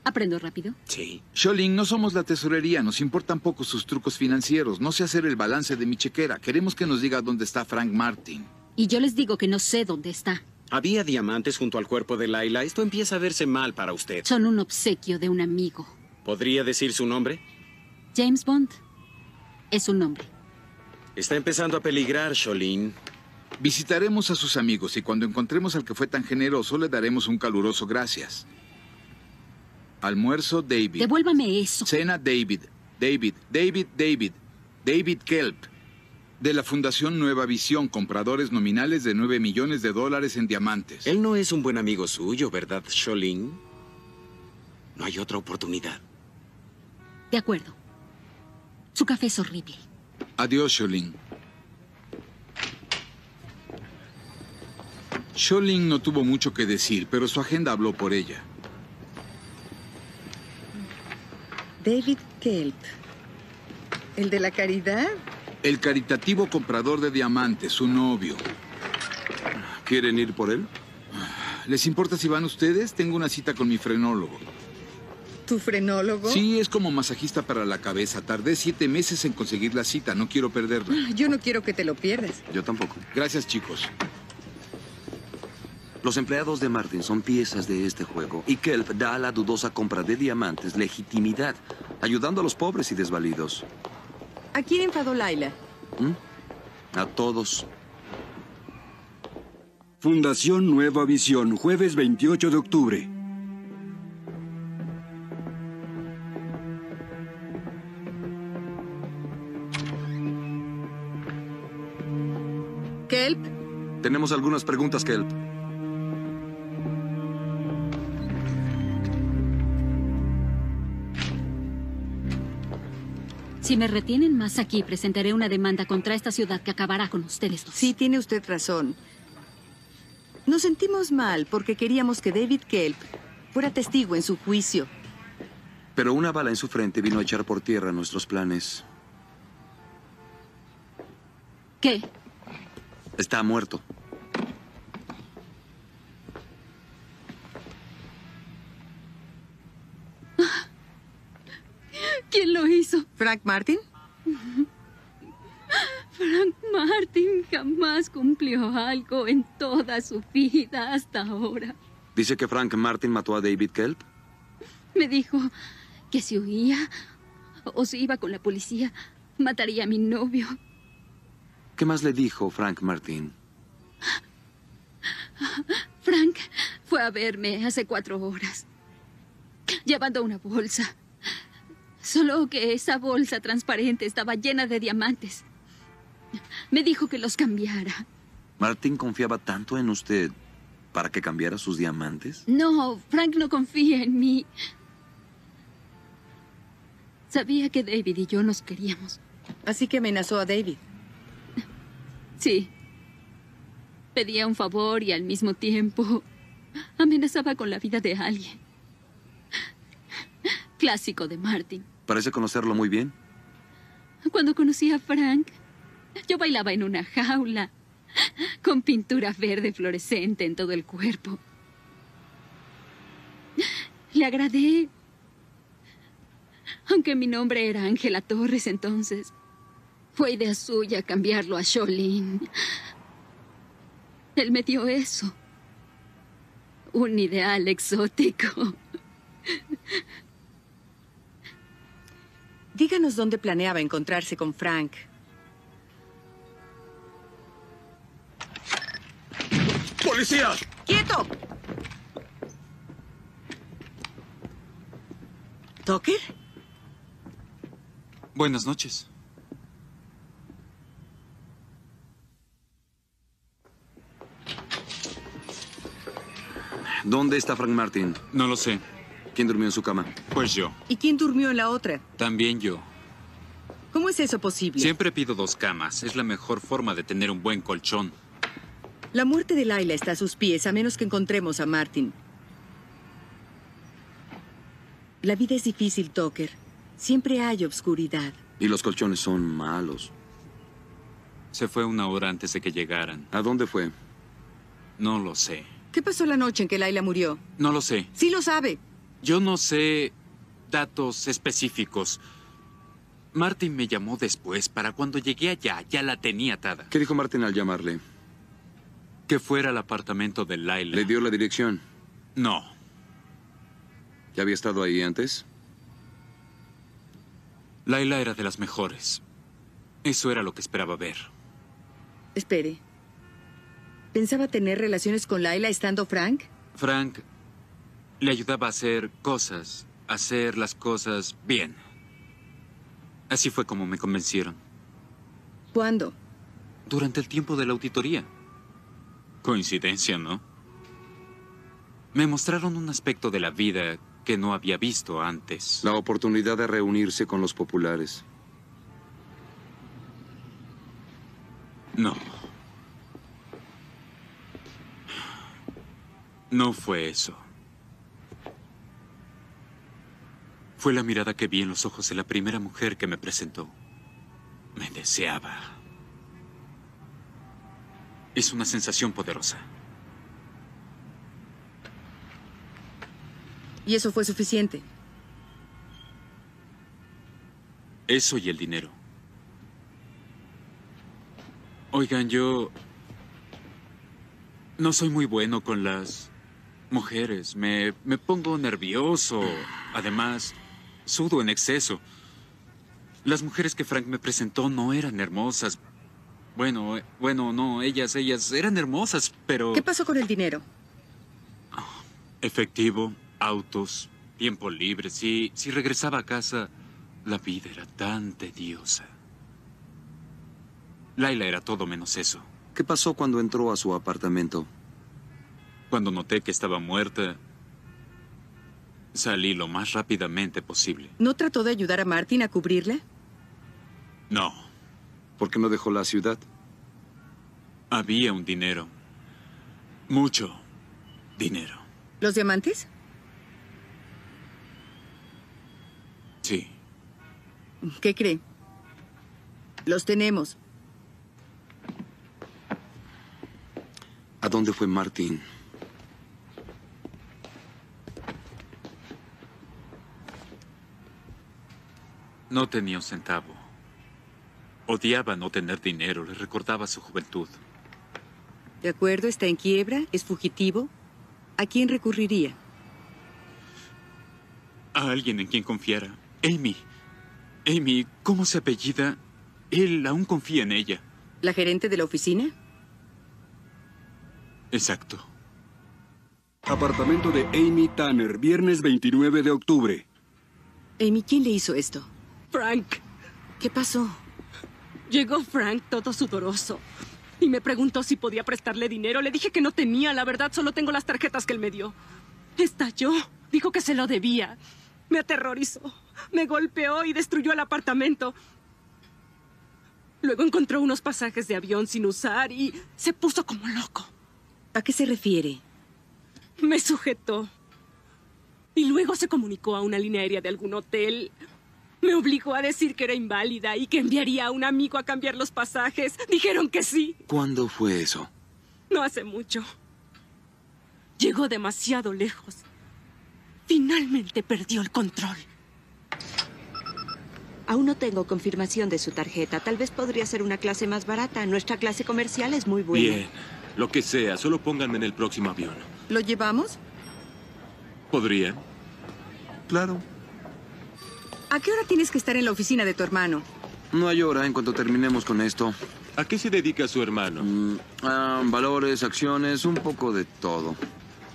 Speaker 22: Aprendo rápido.
Speaker 6: Sí.
Speaker 7: Sholin, no somos la tesorería. Nos importan poco sus trucos financieros. No sé hacer el balance de mi chequera. Queremos que nos diga dónde está Frank Martin.
Speaker 22: Y yo les digo que no sé dónde está.
Speaker 6: Había diamantes junto al cuerpo de Laila. Esto empieza a verse mal para usted.
Speaker 22: Son un obsequio de un amigo.
Speaker 6: ¿Podría decir su nombre?
Speaker 22: James Bond es un nombre.
Speaker 6: Está empezando a peligrar, Sholin.
Speaker 7: Visitaremos a sus amigos y cuando encontremos al que fue tan generoso le daremos un caluroso gracias. Almuerzo, David.
Speaker 22: Devuélvame eso.
Speaker 7: Cena, David. David, David, David. David Kelp. De la Fundación Nueva Visión, compradores nominales de 9 millones de dólares en diamantes.
Speaker 6: Él no es un buen amigo suyo, ¿verdad, Sholin? No hay otra oportunidad.
Speaker 22: De acuerdo. Su café es horrible.
Speaker 7: Adiós, Sholin. Sholin no tuvo mucho que decir, pero su agenda habló por ella.
Speaker 4: David Kelp. ¿El de la caridad?
Speaker 7: El caritativo comprador de diamantes, su novio.
Speaker 5: ¿Quieren ir por él?
Speaker 7: ¿Les importa si van ustedes? Tengo una cita con mi frenólogo.
Speaker 4: ¿Tu frenólogo?
Speaker 7: Sí, es como masajista para la cabeza. Tardé siete meses en conseguir la cita. No quiero perderla.
Speaker 4: Yo no quiero que te lo pierdas.
Speaker 5: Yo tampoco.
Speaker 7: Gracias, chicos.
Speaker 5: Los empleados de Martin son piezas de este juego y Kelp da a la dudosa compra de diamantes legitimidad, ayudando a los pobres y desvalidos.
Speaker 4: ¿A quién enfadó Laila?
Speaker 5: A todos.
Speaker 1: Fundación Nueva Visión, jueves 28 de octubre.
Speaker 4: Kelp,
Speaker 5: Tenemos algunas preguntas, Kelp.
Speaker 22: Si me retienen más aquí, presentaré una demanda contra esta ciudad que acabará con ustedes dos.
Speaker 4: sí tiene usted razón. Nos sentimos mal porque queríamos que David Kelp fuera testigo en su juicio.
Speaker 5: Pero una bala en su frente vino a echar por tierra nuestros planes.
Speaker 22: ¿Qué?
Speaker 5: Está muerto.
Speaker 25: ¿Quién lo hizo?
Speaker 4: ¿Frank Martin?
Speaker 25: Frank Martin jamás cumplió algo en toda su vida hasta ahora.
Speaker 5: Dice que Frank Martin mató a David Kelp.
Speaker 25: Me dijo que si huía o se iba con la policía, Mataría a mi novio.
Speaker 5: ¿Qué más le dijo Frank Martin?
Speaker 25: Frank fue a verme hace cuatro horas, llevando una bolsa. Solo que esa bolsa transparente estaba llena de diamantes. Me dijo que los cambiara.
Speaker 5: ¿Martin confiaba tanto en usted para que cambiara sus diamantes?
Speaker 25: No, Frank no confía en mí. Sabía que David y yo nos queríamos.
Speaker 4: Así que amenazó a David.
Speaker 25: Sí. Pedía un favor y al mismo tiempo amenazaba con la vida de alguien. Clásico de Martin.
Speaker 5: Parece conocerlo muy bien.
Speaker 25: Cuando conocí a Frank, yo bailaba en una jaula con pintura verde fluorescente en todo el cuerpo. Le agradé, aunque mi nombre era Ángela Torres entonces. Fue idea suya cambiarlo a Jolene. Él me dio eso. Un ideal exótico.
Speaker 4: Díganos dónde planeaba encontrarse con Frank.
Speaker 20: ¡Policía!
Speaker 19: ¡Quieto! ¿Tucker?
Speaker 24: Buenas noches.
Speaker 5: ¿Dónde está Frank Martin?
Speaker 24: No lo sé.
Speaker 5: ¿Quién durmió en su cama?
Speaker 24: Pues yo.
Speaker 19: ¿Y quién durmió en la otra?
Speaker 24: También yo.
Speaker 19: ¿Cómo es eso posible?
Speaker 24: Siempre pido dos camas. Es la mejor forma de tener un buen colchón.
Speaker 19: La muerte de Laila está a sus pies a menos que encontremos a Martin. La vida es difícil, Tucker. Siempre hay obscuridad.
Speaker 5: Y los colchones son malos.
Speaker 24: Se fue una hora antes de que llegaran.
Speaker 5: ¿A dónde fue?
Speaker 24: No lo sé.
Speaker 19: ¿Qué pasó la noche en que Laila murió?
Speaker 24: No lo sé.
Speaker 19: Sí lo sabe.
Speaker 24: Yo no sé datos específicos. Martin me llamó después. Para cuando llegué allá, ya la tenía atada.
Speaker 5: ¿Qué dijo Martin al llamarle?
Speaker 24: Que fuera al apartamento de Laila.
Speaker 5: ¿Le dio la dirección?
Speaker 24: No.
Speaker 5: ¿Ya había estado ahí antes?
Speaker 24: Laila era de las mejores. Eso era lo que esperaba ver.
Speaker 4: Espere. ¿Pensaba tener relaciones con Laila estando Frank?
Speaker 24: Frank le ayudaba a hacer cosas, a hacer las cosas bien. Así fue como me convencieron.
Speaker 4: ¿Cuándo?
Speaker 24: Durante el tiempo de la auditoría. Coincidencia, ¿no? Me mostraron un aspecto de la vida que no había visto antes.
Speaker 5: La oportunidad de reunirse con los populares.
Speaker 24: No. No fue eso. Fue la mirada que vi en los ojos de la primera mujer que me presentó. Me deseaba. Es una sensación poderosa.
Speaker 4: ¿Y eso fue suficiente?
Speaker 24: Eso y el dinero. Oigan, yo... No soy muy bueno con las mujeres. Me, me pongo nervioso. Además, sudo en exceso. Las mujeres que Frank me presentó no eran hermosas. Bueno, eh, bueno, no, ellas, ellas eran hermosas, pero...
Speaker 4: ¿Qué pasó con el dinero?
Speaker 24: Efectivo, autos, tiempo libre. Si, si regresaba a casa, la vida era tan tediosa. Laila era todo menos eso.
Speaker 5: ¿Qué pasó cuando entró a su apartamento?
Speaker 24: Cuando noté que estaba muerta, salí lo más rápidamente posible.
Speaker 19: ¿No trató de ayudar a Martin a cubrirle?
Speaker 24: No,
Speaker 5: ¿Por qué no dejó la ciudad?
Speaker 24: había un dinero. Mucho dinero.
Speaker 19: ¿Los diamantes?
Speaker 24: Sí.
Speaker 19: ¿Qué cree?
Speaker 4: Los tenemos.
Speaker 5: ¿A dónde fue Martin?
Speaker 24: No tenía un centavo. Odiaba no tener dinero, le recordaba su juventud.
Speaker 19: De acuerdo, está en quiebra, es fugitivo. ¿A quién recurriría?
Speaker 24: A alguien en quien confiara. Amy. Amy, ¿cómo se apellida? Él aún confía en ella.
Speaker 4: ¿La gerente de la oficina?
Speaker 24: Exacto.
Speaker 1: Apartamento de Amy Tanner, viernes 29 de octubre.
Speaker 4: Amy, ¿quién le hizo esto?
Speaker 8: Frank.
Speaker 4: ¿Qué pasó?
Speaker 8: Llegó Frank todo sudoroso y me preguntó si podía prestarle dinero. Le dije que no tenía, la verdad, solo tengo las tarjetas que él me dio. Estalló, dijo que se lo debía. Me aterrorizó, me golpeó y destruyó el apartamento. Luego encontró unos pasajes de avión sin usar y se puso como loco.
Speaker 4: ¿A qué se refiere?
Speaker 8: Me sujetó. Y luego se comunicó a una línea aérea de algún hotel. Me obligó a decir que era inválida y que enviaría a un amigo a cambiar los pasajes. Dijeron que sí.
Speaker 20: ¿Cuándo fue eso?
Speaker 8: No hace mucho. Llegó demasiado lejos. Finalmente perdió el control.
Speaker 11: Aún no tengo confirmación de su tarjeta. Tal vez podría ser una clase más barata. Nuestra clase comercial es muy buena.
Speaker 18: Bien, lo que sea, solo pónganme en el próximo avión.
Speaker 19: ¿Lo llevamos?
Speaker 18: ¿Podría?
Speaker 5: Claro.
Speaker 19: ¿A qué hora tienes que estar en la oficina de tu hermano?
Speaker 5: No hay hora en cuanto terminemos con esto.
Speaker 18: ¿A qué se dedica su hermano?
Speaker 5: Ah, valores, acciones, un poco de todo.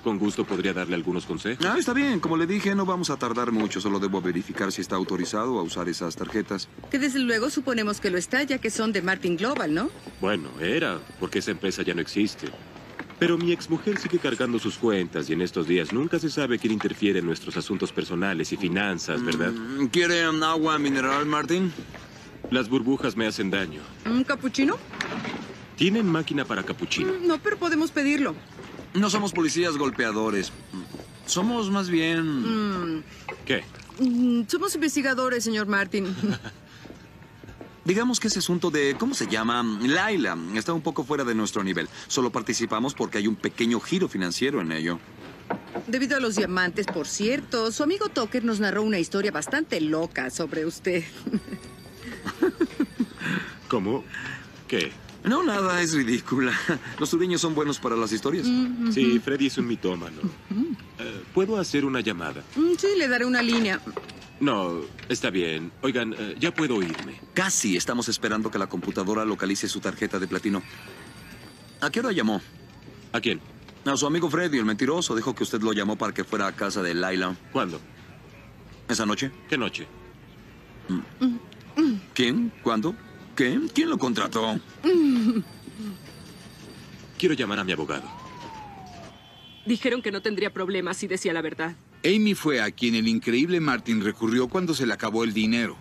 Speaker 18: Con gusto podría darle algunos consejos.
Speaker 5: Ah, está bien. Como le dije, no vamos a tardar mucho. Solo debo verificar si está autorizado a usar esas tarjetas.
Speaker 19: Que desde luego suponemos que lo está, ya que son de Martin Global, ¿no?
Speaker 18: Bueno, era, porque esa empresa ya no existe. Pero mi exmujer sigue cargando sus cuentas y en estos días nunca se sabe quién interfiere en nuestros asuntos personales y finanzas, ¿verdad?
Speaker 5: Mm, ¿Quiere un agua mineral, Martin?
Speaker 18: Las burbujas me hacen daño.
Speaker 19: ¿Un capuchino?
Speaker 18: ¿Tienen máquina para capuchino?
Speaker 19: No, pero podemos pedirlo.
Speaker 5: No somos policías golpeadores. Somos más bien...
Speaker 19: Mm,
Speaker 18: ¿Qué?
Speaker 19: mm, somos investigadores, señor Martin.
Speaker 5: Digamos que ese asunto de, ¿cómo se llama? Laila, está un poco fuera de nuestro nivel. Solo participamos porque hay un pequeño giro financiero en ello.
Speaker 19: Debido a los diamantes, por cierto, su amigo Tucker nos narró una historia bastante loca sobre usted.
Speaker 18: ¿Cómo? ¿Qué?
Speaker 5: No, nada, es ridícula. Los sureños son buenos para las historias.
Speaker 18: Sí, Freddy es un mitómano. Eh, ¿Puedo hacer una llamada?
Speaker 19: Mm, sí, le daré una línea.
Speaker 18: No, está bien. Oigan, eh, ya puedo irme.
Speaker 5: Casi estamos esperando que la computadora localice su tarjeta de platino. ¿A qué hora llamó?
Speaker 18: ¿A quién?
Speaker 5: A su amigo Freddy, el mentiroso. Dijo que usted lo llamó para que fuera a casa de Laila.
Speaker 18: ¿Cuándo?
Speaker 5: ¿Esa noche? Mm.
Speaker 18: ¿Qué noche?
Speaker 5: ¿Quién? ¿Cuándo? ¿Qué? ¿Quién lo contrató?
Speaker 18: Quiero llamar a mi abogado.
Speaker 8: Dijeron que no tendría problemas si decía la verdad.
Speaker 7: Amy fue a quien el increíble Martin recurrió cuando se le acabó el dinero.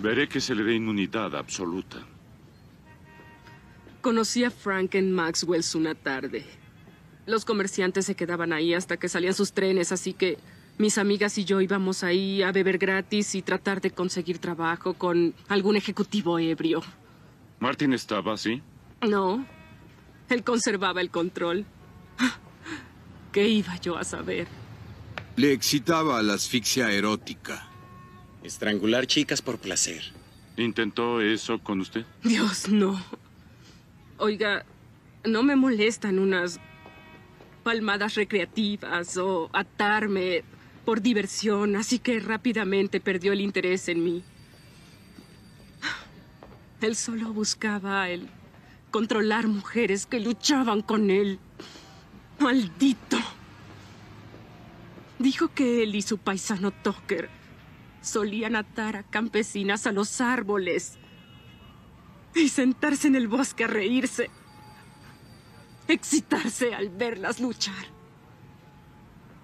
Speaker 10: Veré que se le dé inmunidad absoluta.
Speaker 8: Conocí a Frank en Maxwell's una tarde. Los comerciantes se quedaban ahí hasta que salían sus trenes, así que mis amigas y yo íbamos ahí a beber gratis y tratar de conseguir trabajo con algún ejecutivo ebrio.
Speaker 10: Martin estaba así.
Speaker 8: No, él conservaba el control. ¿Qué iba yo a saber?
Speaker 7: Le excitaba la asfixia erótica.
Speaker 6: Estrangular chicas por placer.
Speaker 10: ¿Intentó eso con usted?
Speaker 8: Dios, no. Oiga, no me molestan unas palmadas recreativas o atarme por diversión, así que rápidamente perdió el interés en mí. Él solo buscaba el controlar mujeres que luchaban con él. Maldito. Dijo que él y su paisano Tucker solían atar a campesinas a los árboles y sentarse en el bosque a reírse, excitarse al verlas luchar.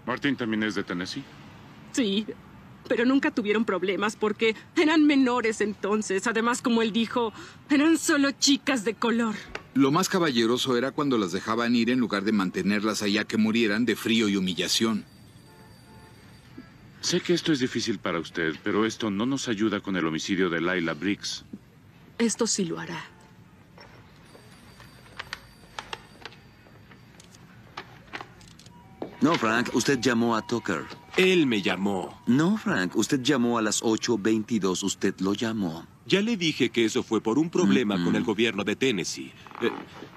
Speaker 10: Martin también es de Tennessee.
Speaker 8: Sí, pero nunca tuvieron problemas porque eran menores entonces. Además, como él dijo, eran solo chicas de color.
Speaker 7: Lo más caballeroso era cuando las dejaban ir en lugar de mantenerlas allá que murieran de frío y humillación.
Speaker 10: Sé que esto es difícil para usted, pero esto no nos ayuda con el homicidio de Laila Briggs.
Speaker 8: Esto sí lo hará.
Speaker 5: No, Frank, usted llamó a Tucker.
Speaker 18: Él me llamó.
Speaker 5: No, Frank, usted llamó a las 8.22. Usted lo llamó.
Speaker 18: Ya le dije que eso fue por un problema con el gobierno de Tennessee. Eh,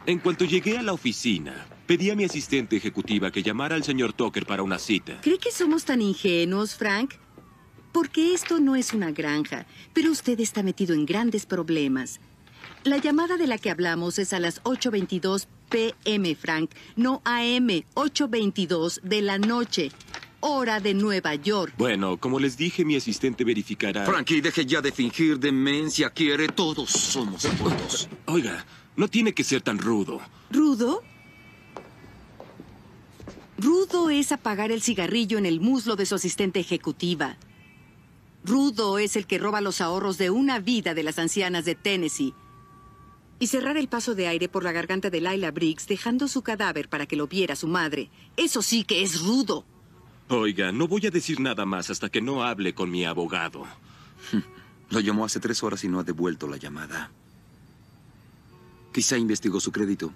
Speaker 18: en cuanto llegué a la oficina, pedí a mi asistente ejecutiva que llamara al señor Tucker para una cita.
Speaker 19: ¿Cree que somos tan ingenuos, Frank?
Speaker 4: Porque esto no es una granja, pero usted está metido en grandes problemas. La llamada de la que hablamos es a las 8.22 pm, Frank, no AM, 8.22 de la noche, hora de Nueva York.
Speaker 18: Bueno, como les dije, mi asistente verificará.
Speaker 5: Frankie, deje ya de fingir demencia, quiere. Todos somos adultos.
Speaker 18: Oiga, no tiene que ser tan rudo.
Speaker 4: ¿Rudo? Rudo es apagar el cigarrillo en el muslo de su asistente ejecutiva. Rudo es el que roba los ahorros de una vida de las ancianas de Tennessee. Y cerrar el paso de aire por la garganta de Laila Briggs dejando su cadáver para que lo viera su madre. Eso sí que es rudo.
Speaker 18: Oiga, no voy a decir nada más hasta que no hable con mi abogado.
Speaker 5: Lo llamó hace tres horas y no ha devuelto la llamada. Quizá investigó su crédito.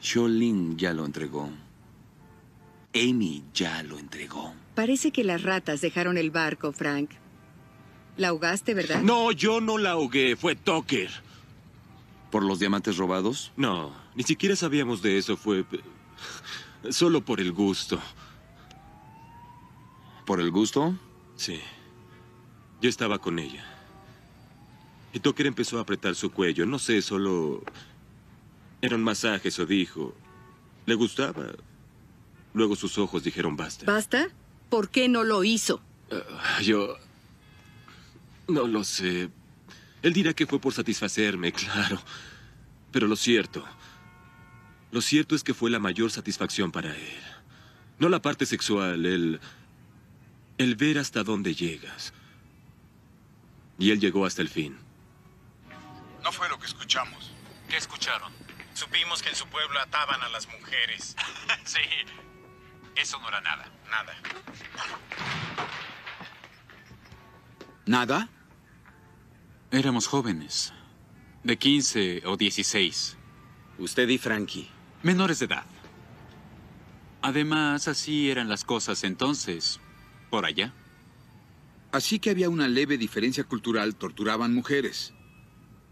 Speaker 5: Sholin ya lo entregó. Amy ya lo entregó.
Speaker 4: Parece que las ratas dejaron el barco, Frank. La ahogaste, ¿verdad?
Speaker 18: No, yo no la ahogué, fue Tucker.
Speaker 5: ¿Por los diamantes robados?
Speaker 18: No, ni siquiera sabíamos de eso, fue... Solo por el gusto.
Speaker 5: ¿Por el gusto?
Speaker 18: Sí. Yo estaba con ella. Y Tucker empezó a apretar su cuello. No sé, solo... Eran masajes, o dijo. Le gustaba. Luego sus ojos dijeron basta.
Speaker 4: ¿Basta? ¿Por qué no lo hizo?
Speaker 18: Ah, yo... No lo sé. Él dirá que fue por satisfacerme, claro. Pero lo cierto... Lo cierto es que fue la mayor satisfacción para él. No la parte sexual, el... El ver hasta dónde llegas. Y él llegó hasta el fin.
Speaker 6: No fue lo que escuchamos.
Speaker 26: ¿Qué escucharon?
Speaker 6: Supimos que en su pueblo ataban a las mujeres.
Speaker 26: sí. Eso no era nada.
Speaker 6: Nada.
Speaker 24: ¿Nada? Éramos jóvenes. De 15 o 16.
Speaker 27: Usted y Frankie.
Speaker 24: Menores de edad. Además, así eran las cosas entonces, por allá.
Speaker 7: Así que había una leve diferencia cultural, torturaban mujeres.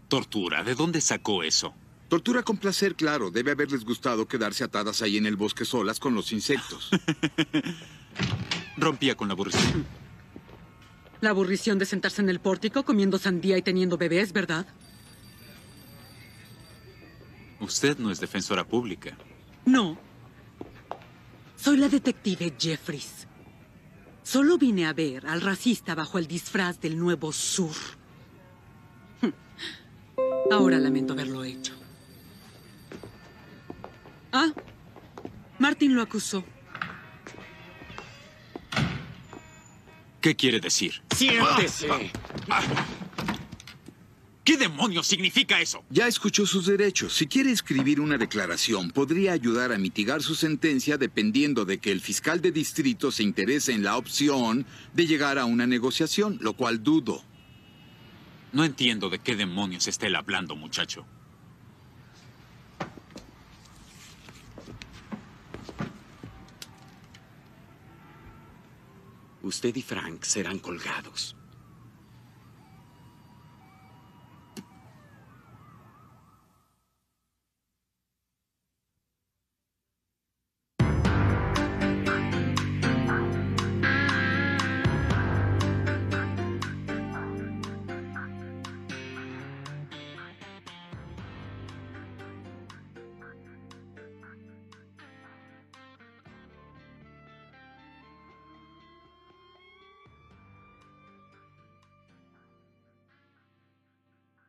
Speaker 24: ¿Tortura? ¿De dónde sacó eso?
Speaker 7: Tortura con placer, claro. Debe haberles gustado quedarse atadas ahí en el bosque solas con los insectos.
Speaker 24: Rompía con la aburrición.
Speaker 9: La aburrición de sentarse en el pórtico comiendo sandía y teniendo bebés, ¿verdad?
Speaker 24: Usted no es defensora pública.
Speaker 9: No. Soy la detective Jeffries. Solo vine a ver al racista bajo el disfraz del Nuevo Sur. Ahora lamento haberlo hecho. Ah, Martin lo acusó.
Speaker 24: ¿Qué quiere decir?
Speaker 27: Siéntese.
Speaker 24: Ah, ¿Qué demonios significa eso?
Speaker 7: Ya escuchó sus derechos. Si quiere escribir una declaración, podría ayudar a mitigar su sentencia dependiendo de que el fiscal de distrito se interese en la opción de llegar a una negociación, lo cual dudo.
Speaker 24: No entiendo de qué demonios está él hablando, muchacho.
Speaker 27: Usted y Frank serán colgados.